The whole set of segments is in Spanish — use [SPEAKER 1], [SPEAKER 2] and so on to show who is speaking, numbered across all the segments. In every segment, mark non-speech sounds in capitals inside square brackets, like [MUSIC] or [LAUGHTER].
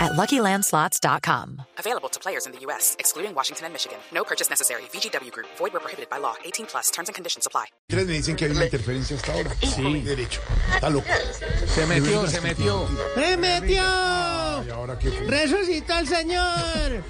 [SPEAKER 1] at luckylandslots.com.
[SPEAKER 2] Available to players in the U.S., excluding Washington and Michigan. No purchase necessary. VGW Group, void were prohibited by law. 18 plus terms and conditions apply.
[SPEAKER 3] Tres me dicen que hay una interferencia hasta ahora. Sí. Derecho. Está loco.
[SPEAKER 4] Se metió, se metió.
[SPEAKER 5] ¡Se metió!
[SPEAKER 3] ¿Y ahora qué fue
[SPEAKER 5] ¡Resucitó el Señor!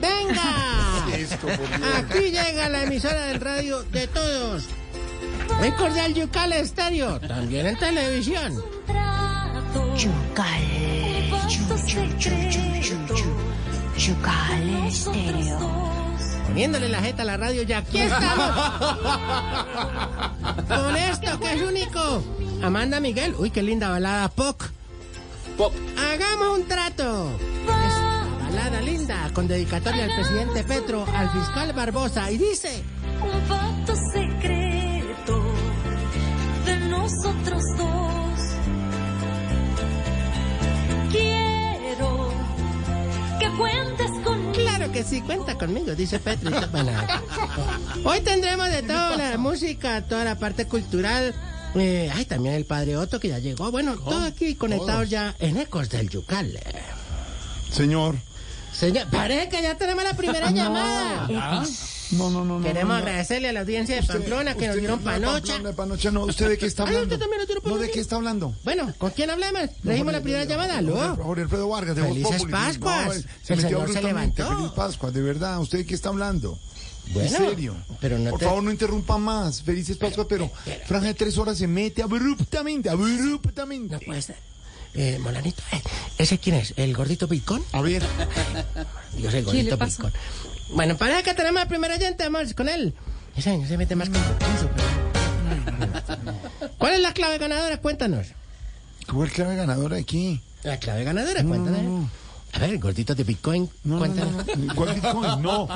[SPEAKER 5] ¡Venga!
[SPEAKER 3] esto, por Dios?
[SPEAKER 5] Aquí llega la emisora del radio de todos. Muy cordial Yucal Estéreo, también en televisión.
[SPEAKER 6] Yucal. Yucal estéreo.
[SPEAKER 5] Poniéndole la jeta a la radio ya. ¡Aquí estamos! Con esto que es único. Amanda Miguel, uy, qué linda balada pop.
[SPEAKER 4] Pop.
[SPEAKER 5] Hagamos un trato. Es una balada linda con dedicatoria al presidente Petro, al fiscal Barbosa y dice...
[SPEAKER 6] Un pacto secreto de nosotros dos. Quiero que cuentes conmigo.
[SPEAKER 5] Claro que sí, cuenta conmigo, dice Petro.
[SPEAKER 3] [LAUGHS]
[SPEAKER 5] Bueno, hoy tendremos de todo, la música, toda la parte cultural. Eh, ay, también el padre Otto que ya llegó. Bueno, todo aquí conectados ya en Ecos del Yucal. Eh,
[SPEAKER 3] Señor.
[SPEAKER 5] Señor, parece que ya tenemos la
[SPEAKER 3] [LAUGHS]
[SPEAKER 5] primera llamada.
[SPEAKER 3] No, no, no, no.
[SPEAKER 5] Queremos
[SPEAKER 3] no, no.
[SPEAKER 5] agradecerle a la audiencia de Pamplona que nos
[SPEAKER 3] Usted-
[SPEAKER 5] dieron
[SPEAKER 3] no,
[SPEAKER 5] panocha.
[SPEAKER 3] Pamplona, panocha, no. ¿Usted de qué está
[SPEAKER 5] Ay,
[SPEAKER 3] hablando?
[SPEAKER 5] usted también nos tiró
[SPEAKER 3] ¿No de
[SPEAKER 5] panocha.
[SPEAKER 3] qué está hablando?
[SPEAKER 5] Bueno, ¿con quién hablamos? Le dimos la primera llamada,
[SPEAKER 3] Jorge-
[SPEAKER 5] ¿aló?
[SPEAKER 3] Jorge Alfredo Vargas, de Voz
[SPEAKER 5] Felices
[SPEAKER 3] Populi.
[SPEAKER 5] Pascuas.
[SPEAKER 3] No,
[SPEAKER 5] El
[SPEAKER 3] se metió
[SPEAKER 5] señor se
[SPEAKER 3] bruscamente.
[SPEAKER 5] levantó.
[SPEAKER 3] Feliz Pascua, de verdad. ¿Usted de qué está hablando?
[SPEAKER 5] Bueno,
[SPEAKER 3] ¿En serio?
[SPEAKER 5] pero no
[SPEAKER 3] Por
[SPEAKER 5] te-
[SPEAKER 3] favor, no interrumpa más. Felices Pascua, pero, Franja de Tres Horas se mete abruptamente, abruptamente.
[SPEAKER 5] No puede ser. Eh, Molanito, eh, ¿ese quién es? ¿El gordito Picón?
[SPEAKER 3] A ver,
[SPEAKER 5] Yo soy gordito picón. Bueno, para que tenemos al primer oyente, vamos con él. Ese año se mete más con con su
[SPEAKER 3] [LAUGHS]
[SPEAKER 5] ¿Cuál es la clave ganadora? Cuéntanos.
[SPEAKER 3] ¿cuál es la ganadora aquí?
[SPEAKER 5] La clave ganadora, cuéntanos. A ver, gordito de Bitcoin,
[SPEAKER 3] No, no,
[SPEAKER 5] cuéntanos.
[SPEAKER 3] no, no. ¿Cuál Bitcoin? No,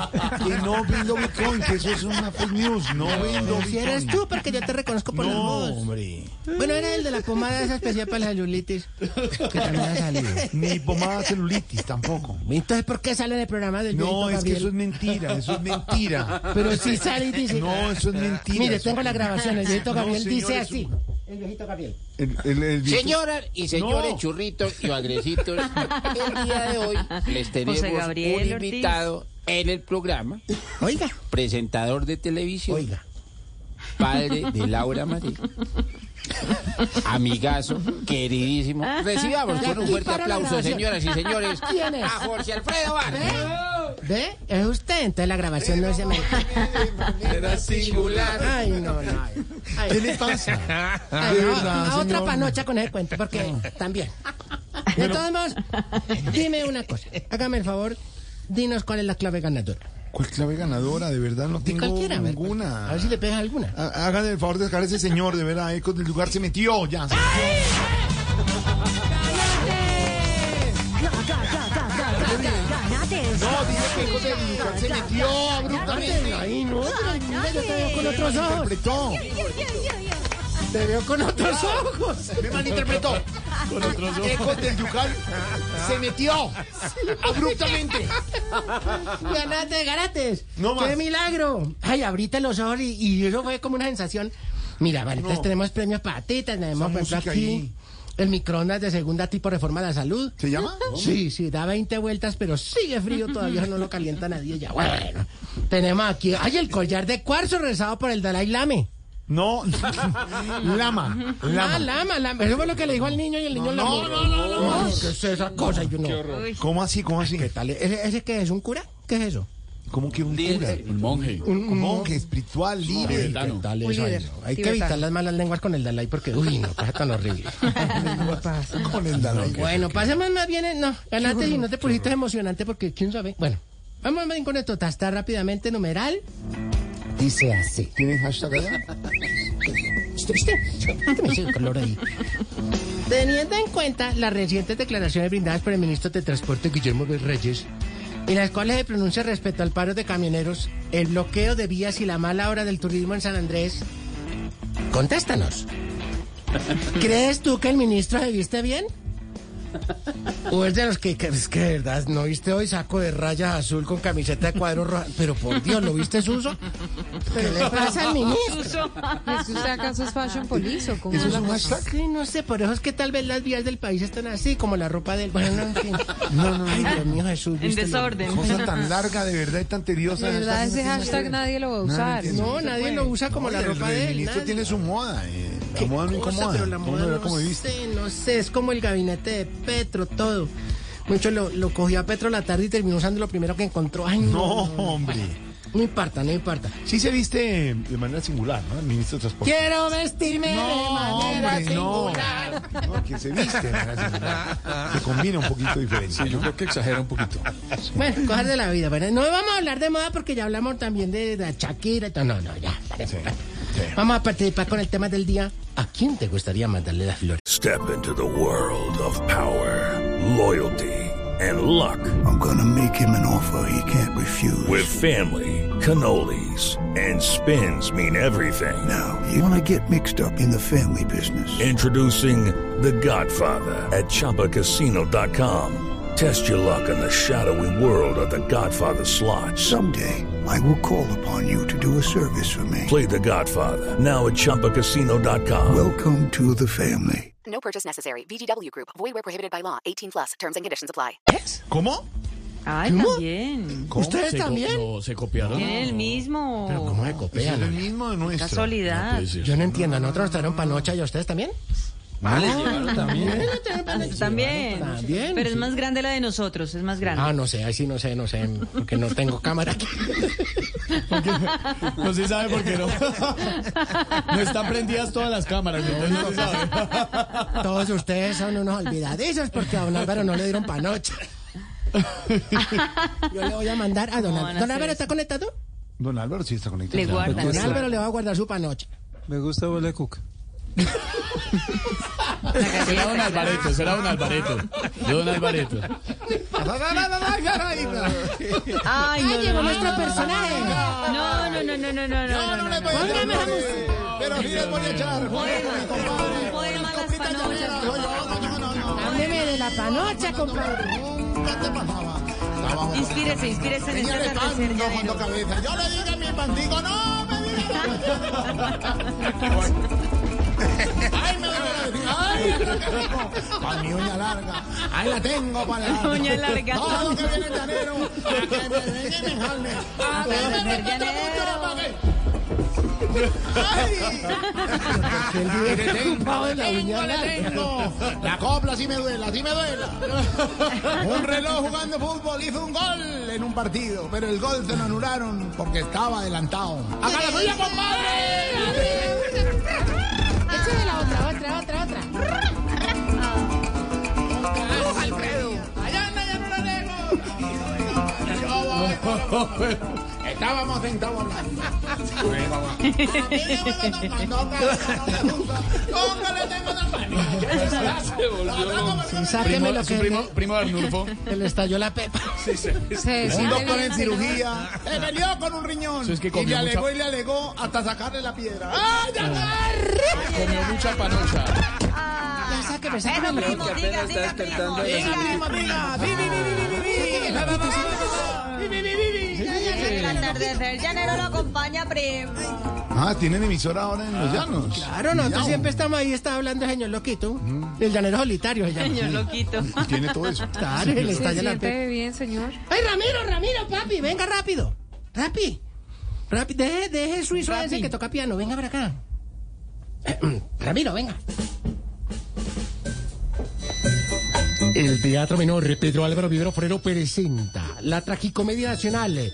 [SPEAKER 3] que no vendo Bitcoin, que eso es una fake news. No vendo
[SPEAKER 5] Si
[SPEAKER 3] Bitcoin.
[SPEAKER 5] eres tú, porque yo te reconozco por la
[SPEAKER 3] No,
[SPEAKER 5] voz.
[SPEAKER 3] hombre.
[SPEAKER 5] Bueno, era el de la pomada esa especial para la celulitis. Que también ha salido.
[SPEAKER 3] Ni pomada celulitis tampoco.
[SPEAKER 5] Entonces, ¿por qué sale en el programa del
[SPEAKER 3] No,
[SPEAKER 5] Yurito
[SPEAKER 3] es que eso es
[SPEAKER 5] Gabriel?
[SPEAKER 3] mentira, eso es mentira.
[SPEAKER 5] Pero si sale y dice...
[SPEAKER 3] No, eso es mentira.
[SPEAKER 5] Mire,
[SPEAKER 3] eso-
[SPEAKER 5] tengo la grabación, el
[SPEAKER 3] No,
[SPEAKER 5] viejito Gabriel
[SPEAKER 3] señor,
[SPEAKER 5] dice
[SPEAKER 3] es
[SPEAKER 5] así.
[SPEAKER 3] un-
[SPEAKER 5] El viejito Gabriel.
[SPEAKER 3] El, el- el-
[SPEAKER 4] Señoras y señores
[SPEAKER 3] No.
[SPEAKER 4] churritos y agresitos, el día de hoy les tenemos
[SPEAKER 7] José Gabriel
[SPEAKER 4] un invitado en el programa,
[SPEAKER 5] Oiga,
[SPEAKER 4] presentador de televisión,
[SPEAKER 5] oiga.
[SPEAKER 4] padre de Laura María. Amigazo, queridísimo. Recibamos con un fuerte
[SPEAKER 5] para la
[SPEAKER 4] aplauso,
[SPEAKER 5] grabación.
[SPEAKER 4] señoras y señores,
[SPEAKER 5] ¿Quién es? ¿Eh?
[SPEAKER 4] a Jorge Alfredo Vargas.
[SPEAKER 5] ¿Ve? Es usted, entonces la grabación no se me...
[SPEAKER 4] Era singular.
[SPEAKER 5] Ay, no, no. ay. Ay,
[SPEAKER 3] ¿Qué le pasa?
[SPEAKER 5] [LAUGHS] ay,
[SPEAKER 3] de
[SPEAKER 5] Ah, no,
[SPEAKER 3] verdad,
[SPEAKER 5] a otra
[SPEAKER 3] señor.
[SPEAKER 5] panocha con el cuento, porque también. De todos modos, dime una cosa. Hágame el favor, dinos cuál es la clave ganadora.
[SPEAKER 3] ¿Cuál clave ganadora? De verdad, no tengo
[SPEAKER 5] Cualquiera, a ver, pues,
[SPEAKER 3] ninguna.
[SPEAKER 5] A ver si le pegas alguna.
[SPEAKER 3] Ha- Háganle el favor de dejar a ese señor, de verdad, eco del lugar se metió, ya. No, dije que eco del lugar se metió abruptamente.
[SPEAKER 5] Ay, no, pero mira, yo te veo con otros ojos.
[SPEAKER 3] Malinterpretó,
[SPEAKER 5] Te veo con otros ojos.
[SPEAKER 3] me malinterpretó. Eco del yucal se metió abruptamente.
[SPEAKER 5] Ganates, ganates.
[SPEAKER 3] No
[SPEAKER 5] ¡Qué
[SPEAKER 3] más.
[SPEAKER 5] milagro! Ay, abrite los ojos y, y eso fue como una sensación. Mira, vale, entonces tenemos premios patitas, tenemos por ejemplo,
[SPEAKER 3] música
[SPEAKER 5] aquí
[SPEAKER 3] ahí.
[SPEAKER 5] el microondas de segunda tipo reforma a la salud.
[SPEAKER 3] ¿Se llama?
[SPEAKER 5] [LAUGHS] Sí, sí, da 20 vueltas, pero sigue frío todavía, no lo calienta nadie ya. Bueno, tenemos aquí, ay, el collar de cuarzo rezado por el Dalai Lame. [LAUGHS]
[SPEAKER 3] No, lama,
[SPEAKER 5] Ah,
[SPEAKER 3] lama.
[SPEAKER 5] lama, lama. Eso fue lo que le dijo al niño y el
[SPEAKER 3] no,
[SPEAKER 5] niño lo
[SPEAKER 3] no, no, no, no.
[SPEAKER 5] ¿Qué es esa cosa? Yo no.
[SPEAKER 3] ¿Cómo así? ¿Cómo así?
[SPEAKER 5] ¿Qué tal? ¿Ese, ¿Ese qué es? ¿Un cura? ¿Qué es eso?
[SPEAKER 3] ¿Cómo que un cura?
[SPEAKER 4] Un monje.
[SPEAKER 3] Un monje espiritual, líder.
[SPEAKER 5] ¿Qué tal eso? Ay, no. Hay que evitar las malas lenguas con el Dalai porque, uy, no, cosa tan horrible.
[SPEAKER 3] Con el Dalai.
[SPEAKER 5] Bueno, pasemos más bien. en- No, ganaste y no te pusiste emocionante porque quién sabe. Bueno, vamos bien con esto. Tastar rápidamente numeral. Dice así.
[SPEAKER 3] ¿Tienes hashtag allá?
[SPEAKER 5] ¿Viste? ¿Viste? Me hizo el color ahí. Teniendo en cuenta las recientes declaraciones brindadas por el ministro de Transporte Guillermo Reyes, En las cuales se pronuncia respecto al paro de camioneros, el bloqueo de vías y la mala hora del turismo en San Andrés. Contéstanos. ¿Crees tú que el ministro se viste bien? ¿O es de los que, que- es que de verdad no viste hoy saco de rayas azul con camiseta de cuadro roja? Pero por Dios, ¿lo viste suso? ¿Qué le pasa al ministro?
[SPEAKER 7] ¿Es que usted acaso es fashion police o cómo es
[SPEAKER 3] ¿Eso es
[SPEAKER 7] la
[SPEAKER 3] un
[SPEAKER 7] cosa?
[SPEAKER 3] hashtag?
[SPEAKER 5] Sí, no sé, por eso es que tal vez las vías del país están así, como la ropa del... Bueno, en fin. No, no, Ay, Dios mío, Jesús.
[SPEAKER 8] En
[SPEAKER 5] ¿viste lo-
[SPEAKER 8] desorden.
[SPEAKER 3] Cosa tan larga, de verdad, y tan tediosa.
[SPEAKER 7] De verdad,
[SPEAKER 3] Hashtag no
[SPEAKER 7] ese
[SPEAKER 3] tiene-
[SPEAKER 7] hashtag nadie lo va a usar.
[SPEAKER 5] No, nadie lo usa como la
[SPEAKER 3] Oye,
[SPEAKER 5] ropa
[SPEAKER 3] el
[SPEAKER 5] de él.
[SPEAKER 3] ministro
[SPEAKER 5] nadie.
[SPEAKER 3] tiene su moda. eh, La
[SPEAKER 5] Qué
[SPEAKER 3] moda no
[SPEAKER 5] cosa,
[SPEAKER 3] incomoda.
[SPEAKER 5] pero la
[SPEAKER 3] Todo
[SPEAKER 5] moda
[SPEAKER 3] era
[SPEAKER 5] no
[SPEAKER 3] como viste.
[SPEAKER 5] sé, no sé, es como el gabinete de Petro, todo. Mucho lo, lo cogió a Petro la tarde y terminó usando lo primero que encontró. Ay,
[SPEAKER 3] No,
[SPEAKER 5] no.
[SPEAKER 3] hombre.
[SPEAKER 5] No importa, no importa.
[SPEAKER 3] Sí se viste de manera singular, ¿no? El ministro de Transporte.
[SPEAKER 5] Quiero vestirme de
[SPEAKER 3] No,
[SPEAKER 5] manera
[SPEAKER 3] hombre, no.
[SPEAKER 5] singular.
[SPEAKER 3] No, quien se viste de manera singular. [LAUGHS] Se combina un poquito diferente.
[SPEAKER 9] Yo creo que exagera un poquito.
[SPEAKER 5] Bueno, cosas de la vida. Bueno, no vamos a hablar de moda porque ya hablamos también de, de Shakira. y todo. No, no, ya. paremos. Vamos a participar con el tema del día. ¿A quién te gustaría mandarle las flores?
[SPEAKER 10] Step into the world of power, loyalty, and luck. I'm going to make him an offer he can't refuse. With family, cannolis, and spins mean everything. Now, you want to get mixed up in the family business? Introducing The Godfather at ChumbaCasino.com. Test your luck in the shadowy world of The Godfather slot. Someday, I will call upon you to do a service for me. Play The Godfather now at ChumbaCasino.com. Welcome to the family.
[SPEAKER 2] No purchase necessary. VGW Group. Void where prohibited by law. 18 plus. Terms and conditions apply.
[SPEAKER 3] ¿Cómo?
[SPEAKER 8] Ay,
[SPEAKER 5] ¿Cómo?
[SPEAKER 8] también.
[SPEAKER 5] ¿Ustedes
[SPEAKER 9] Se co-
[SPEAKER 5] también?
[SPEAKER 9] no, se copiaron.
[SPEAKER 8] Tiene el mismo.
[SPEAKER 5] Pero ¿cómo me
[SPEAKER 3] Eso es
[SPEAKER 5] copian?
[SPEAKER 3] lo mismo de nuestro.
[SPEAKER 8] Casualidad.
[SPEAKER 9] Puede ser.
[SPEAKER 5] Yo no entiendo, ¿a nosotros nos trajeron panocha y a ustedes también?
[SPEAKER 9] Vale, llegaron también.
[SPEAKER 8] pues, También.
[SPEAKER 5] También,
[SPEAKER 8] Pero es
[SPEAKER 5] sí.
[SPEAKER 8] más grande la de nosotros, es más grande.
[SPEAKER 5] Ah, no sé, ahí sí no sé, no sé, porque no tengo cámara.
[SPEAKER 9] No se sabe por qué no. [LAUGHS] No están prendidas todas las cámaras, entonces no se sabe.
[SPEAKER 5] Todos ustedes son unos olvidadizos porque a don Álvaro no le dieron panocha. Yo le voy a mandar a don
[SPEAKER 8] No,
[SPEAKER 5] Álvaro.
[SPEAKER 8] no
[SPEAKER 5] ¿Don
[SPEAKER 8] sé
[SPEAKER 5] Álvaro está
[SPEAKER 8] eso.
[SPEAKER 5] conectado?
[SPEAKER 3] Don Álvaro sí está conectado.
[SPEAKER 8] Le guardan.
[SPEAKER 5] Don Álvaro le va a guardar su panocha.
[SPEAKER 9] Me gusta huele cuca.
[SPEAKER 8] La galleta,
[SPEAKER 9] Será un
[SPEAKER 8] claro.
[SPEAKER 9] Alvareto, será un Alvareto. Yo un Alvareto.
[SPEAKER 3] [LAUGHS]
[SPEAKER 8] Ay, Ah, no, no,
[SPEAKER 5] llegó
[SPEAKER 8] no,
[SPEAKER 5] nuestro
[SPEAKER 8] no,
[SPEAKER 5] personaje.
[SPEAKER 8] No, no, no, no, no, no, no, no, no.
[SPEAKER 5] Póngame la música.
[SPEAKER 3] Pero sí les voy a echar.
[SPEAKER 8] No pueden más las panochas.
[SPEAKER 5] Hábleme de la panocha, compadre.
[SPEAKER 8] Inspírese, inspírese en este atardecer llanero.
[SPEAKER 3] Yo le digo a mi bandido, no me diga. Ay, me duele la Ay, para mi uña larga. Ahí la tengo para la
[SPEAKER 8] Uña larga.
[SPEAKER 3] Todo lo que viene de enero. A que me dejen en jalme. A mí me
[SPEAKER 8] Atardecer
[SPEAKER 3] respeta
[SPEAKER 8] llanero.
[SPEAKER 3] mucho, papi. Ay, le tengo,
[SPEAKER 5] la uña
[SPEAKER 3] le tengo. La copla sí me duela, sí me duela. Un reloj jugando fútbol hizo un gol en un partido, pero el gol se lo anularon porque estaba adelantado. ¡Haga la suya, compadre!
[SPEAKER 5] Échame la otra, otra, otra, otra.
[SPEAKER 3] Allá anda, ya no la Estábamos sentados hablando.
[SPEAKER 5] Sáqueme
[SPEAKER 9] Primo,
[SPEAKER 5] lo
[SPEAKER 9] su
[SPEAKER 5] que
[SPEAKER 9] primo,
[SPEAKER 5] le-
[SPEAKER 9] primo de Arnulfo.
[SPEAKER 5] que le estalló la pepa.
[SPEAKER 7] Se
[SPEAKER 3] Un
[SPEAKER 7] sienten
[SPEAKER 3] doctor en
[SPEAKER 7] encarcelados.
[SPEAKER 3] cirugía se peleó Eh, con un riñón
[SPEAKER 9] Eso es que
[SPEAKER 3] y
[SPEAKER 9] comió
[SPEAKER 3] le
[SPEAKER 9] mucha-
[SPEAKER 3] alegó y le alegó hasta sacarle la piedra. ¡Ay, ya no!
[SPEAKER 9] Comió mucha panocha.
[SPEAKER 5] Ya sáqueme, sáqueme.
[SPEAKER 8] Eso, primo, diga, diga, primo. Diga. El atardecer llanero lo acompaña, primo.
[SPEAKER 3] Ah, tienen emisora ahora en Los Llanos.
[SPEAKER 5] Claro, nosotros siempre estamos ahí, está hablando el señor loquito. El llanero solitario se llama.
[SPEAKER 8] Señor loquito.
[SPEAKER 3] Tiene todo eso.
[SPEAKER 5] Claro, le
[SPEAKER 7] ¿Se
[SPEAKER 5] estalla la pepa.
[SPEAKER 7] siente bien, señor?
[SPEAKER 5] ¡Ay, Ramiro, Ramiro, papi! ¡Venga rápido! ¡Rapi! ¡Rapi! Deje, deje el suizo
[SPEAKER 8] Rapi.
[SPEAKER 5] ese que toca piano. Venga para acá. [CLEARS THROAT] Ramiro, venga. El Teatro Menor Pedro Álvaro Vivero Forero presenta la tragicomedia nacional.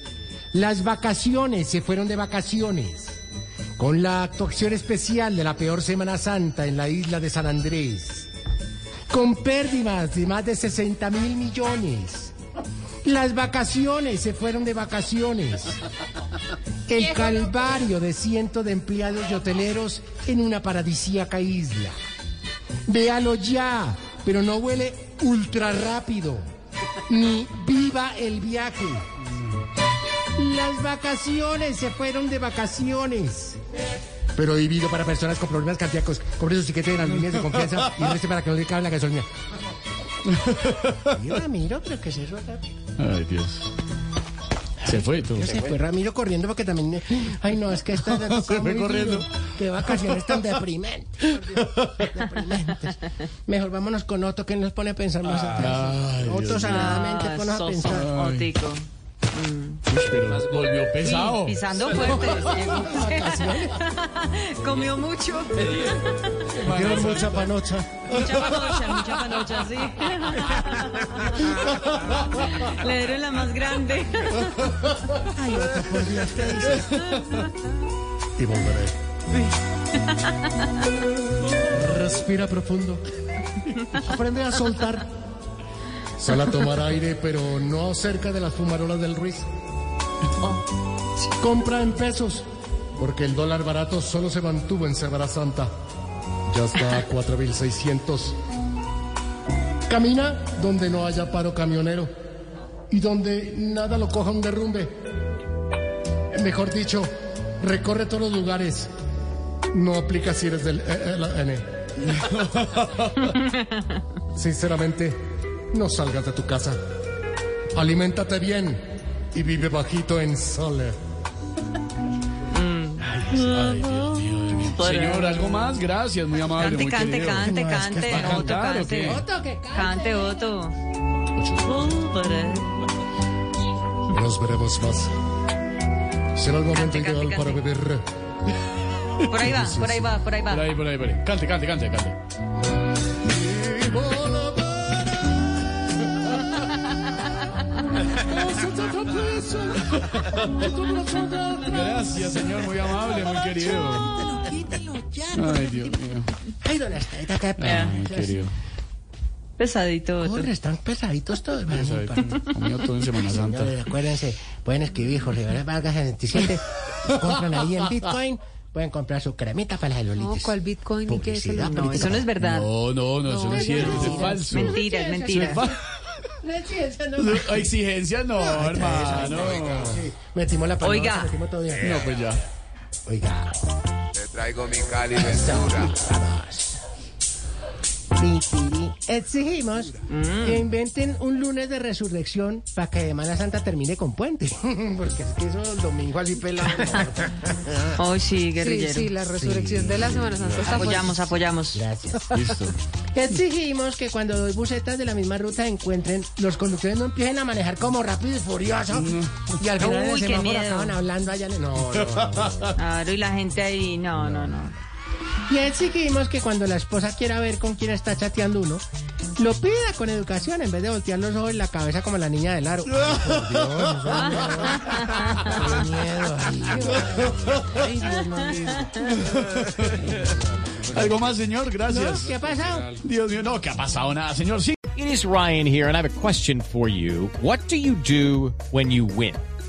[SPEAKER 5] Las vacaciones se fueron de vacaciones. Con la actuación especial de la peor Semana Santa en la isla de San Andrés. Con pérdidas de más de 60 mil millones. Las vacaciones se fueron de vacaciones. El calvario de cientos de empleados y hoteleros en una paradisíaca isla. Véalo ya, pero no huele ultra rápido. ni viva el viaje. Las vacaciones se fueron de vacaciones.
[SPEAKER 11] Pero divino para personas con problemas cardíacos. Compre su tiquete en las líneas de confianza y reste para que no le cabe la gasolina.
[SPEAKER 5] Yo Ramiro, pero que se suelta.
[SPEAKER 9] Ay, Dios. Se fue todo.
[SPEAKER 5] Yo se fue Ramiro corriendo porque también. Ay, no, es que
[SPEAKER 9] [LAUGHS]
[SPEAKER 5] esta
[SPEAKER 9] Se fue
[SPEAKER 5] muy duro.
[SPEAKER 9] corriendo.
[SPEAKER 5] Qué vacaciones tan deprimentes. por Dios, deprimentes. Mejor vámonos con Otto que nos pone a pensar más atrás. Otto sanadamente
[SPEAKER 12] Ah,
[SPEAKER 5] ponos a
[SPEAKER 12] sopa,
[SPEAKER 5] pensar.
[SPEAKER 12] Otico.
[SPEAKER 9] Volvió
[SPEAKER 12] pesado.
[SPEAKER 8] Pisando fuerte. llegó. Comió mucho.
[SPEAKER 11] Dieron mucha panocha.
[SPEAKER 6] Mucha panocha, mucha panocha, sí. [LAUGHS] Le dieron la más grande.
[SPEAKER 5] Ay, Otto, por Dios, ¿qué dices?
[SPEAKER 11] Y volveré. Respira profundo. Aprende a soltar. Sal a tomar aire, pero no cerca de las fumarolas del Ruiz. Compra en pesos, porque el dólar barato solo se mantuvo en Semana Santa. Ya está a 4.600. Camina donde no haya paro camionero y donde nada lo coja un derrumbe. Mejor dicho, recorre todos los lugares. No aplica si eres del eh, eh, la N. Sinceramente, no salgas de tu casa. Aliméntate bien y vive bajito en sole.
[SPEAKER 9] Señor, ¿algo más? Gracias, muy amable.
[SPEAKER 6] Cante,
[SPEAKER 9] muy
[SPEAKER 6] cante,
[SPEAKER 9] querido.
[SPEAKER 6] cante, No, es que cante,
[SPEAKER 9] ¿Va a
[SPEAKER 6] Otto,
[SPEAKER 9] cantar o
[SPEAKER 6] cante.
[SPEAKER 9] qué?
[SPEAKER 6] Otto,
[SPEAKER 5] que
[SPEAKER 6] Cante, Otto. Oh,
[SPEAKER 11] Nos veremos más. Será el momento
[SPEAKER 6] Cante,
[SPEAKER 11] ideal
[SPEAKER 6] cante,
[SPEAKER 11] para beber.
[SPEAKER 6] Por ahí va, por ahí va, por ahí va.
[SPEAKER 9] Por ahí, por ahí, por ahí. Cante, cante, cante, cante. Gracias, señor, muy amable, muy querido. Ay, Dios mío.
[SPEAKER 5] Ay, don Asteta, qué pena.
[SPEAKER 9] Ay, querido.
[SPEAKER 5] Pesadito, Otto. están pesaditos todos. man,
[SPEAKER 9] Pesadito. Comió todo en Semana Santa.
[SPEAKER 5] Señores, acuérdense, pueden escribir Jorge Vargas Vargas 77. compran ahí en Bitcoin. Pueden comprar su cremita para las
[SPEAKER 7] No,
[SPEAKER 5] lolitas.
[SPEAKER 7] ¿cuál Bitcoin ni qué es el
[SPEAKER 5] Publicidad,
[SPEAKER 7] Bitcoin?
[SPEAKER 5] política.
[SPEAKER 9] No, no, no, eso no es cierto, eso es falso.
[SPEAKER 5] Mentiras, mentiras.
[SPEAKER 9] Eso
[SPEAKER 7] [LAUGHS]
[SPEAKER 9] es fa-
[SPEAKER 5] No es ciencia, no.
[SPEAKER 9] A exigencia no, hermano.
[SPEAKER 5] Metimos la palabra,
[SPEAKER 9] Oiga.
[SPEAKER 5] metimos todo
[SPEAKER 7] Eh,
[SPEAKER 5] bien.
[SPEAKER 9] No, pues ya.
[SPEAKER 5] Oiga.
[SPEAKER 13] Te traigo mi Cali Ventura.
[SPEAKER 5] Ti, ti, ti. Exigimos
[SPEAKER 7] Mm.
[SPEAKER 5] que inventen un lunes de resurrección para que Semana Santa termine con puente. [LAUGHS] Porque es que eso el domingo así pelado.
[SPEAKER 7] [LAUGHS]
[SPEAKER 12] Oh, sí,
[SPEAKER 7] Sí,
[SPEAKER 12] guerrillero.
[SPEAKER 7] sí, la resurrección de la Semana Santa está
[SPEAKER 12] Apoyamos, apoyamos.
[SPEAKER 5] Gracias.
[SPEAKER 9] Listo.
[SPEAKER 5] Exigimos que cuando dos busetas de la misma ruta encuentren, los conductores no empiecen a manejar como rápido y furioso.
[SPEAKER 7] Mm.
[SPEAKER 5] Y al final del
[SPEAKER 12] Uy, qué
[SPEAKER 5] semáforo
[SPEAKER 12] miedo.
[SPEAKER 5] acaban hablando allá. en el- No, no.
[SPEAKER 12] Claro, y la gente ahí, no, no, no.
[SPEAKER 5] Y exigimos que cuando la esposa quiera ver con quién está chateando uno, lo pida con educación en vez de voltear los ojos y la cabeza como la niña del aro. Ay, por Dios, eso da miedo. Ay, Dios mío.
[SPEAKER 9] ¿Algo más, señor? Gracias.
[SPEAKER 5] No, ¿qué ha pasado?
[SPEAKER 9] Dios mío, no, ¿qué ha pasado? Nada, señor. Sí.
[SPEAKER 14] It is Ryan here, and I have a question for you. What do you do when you win?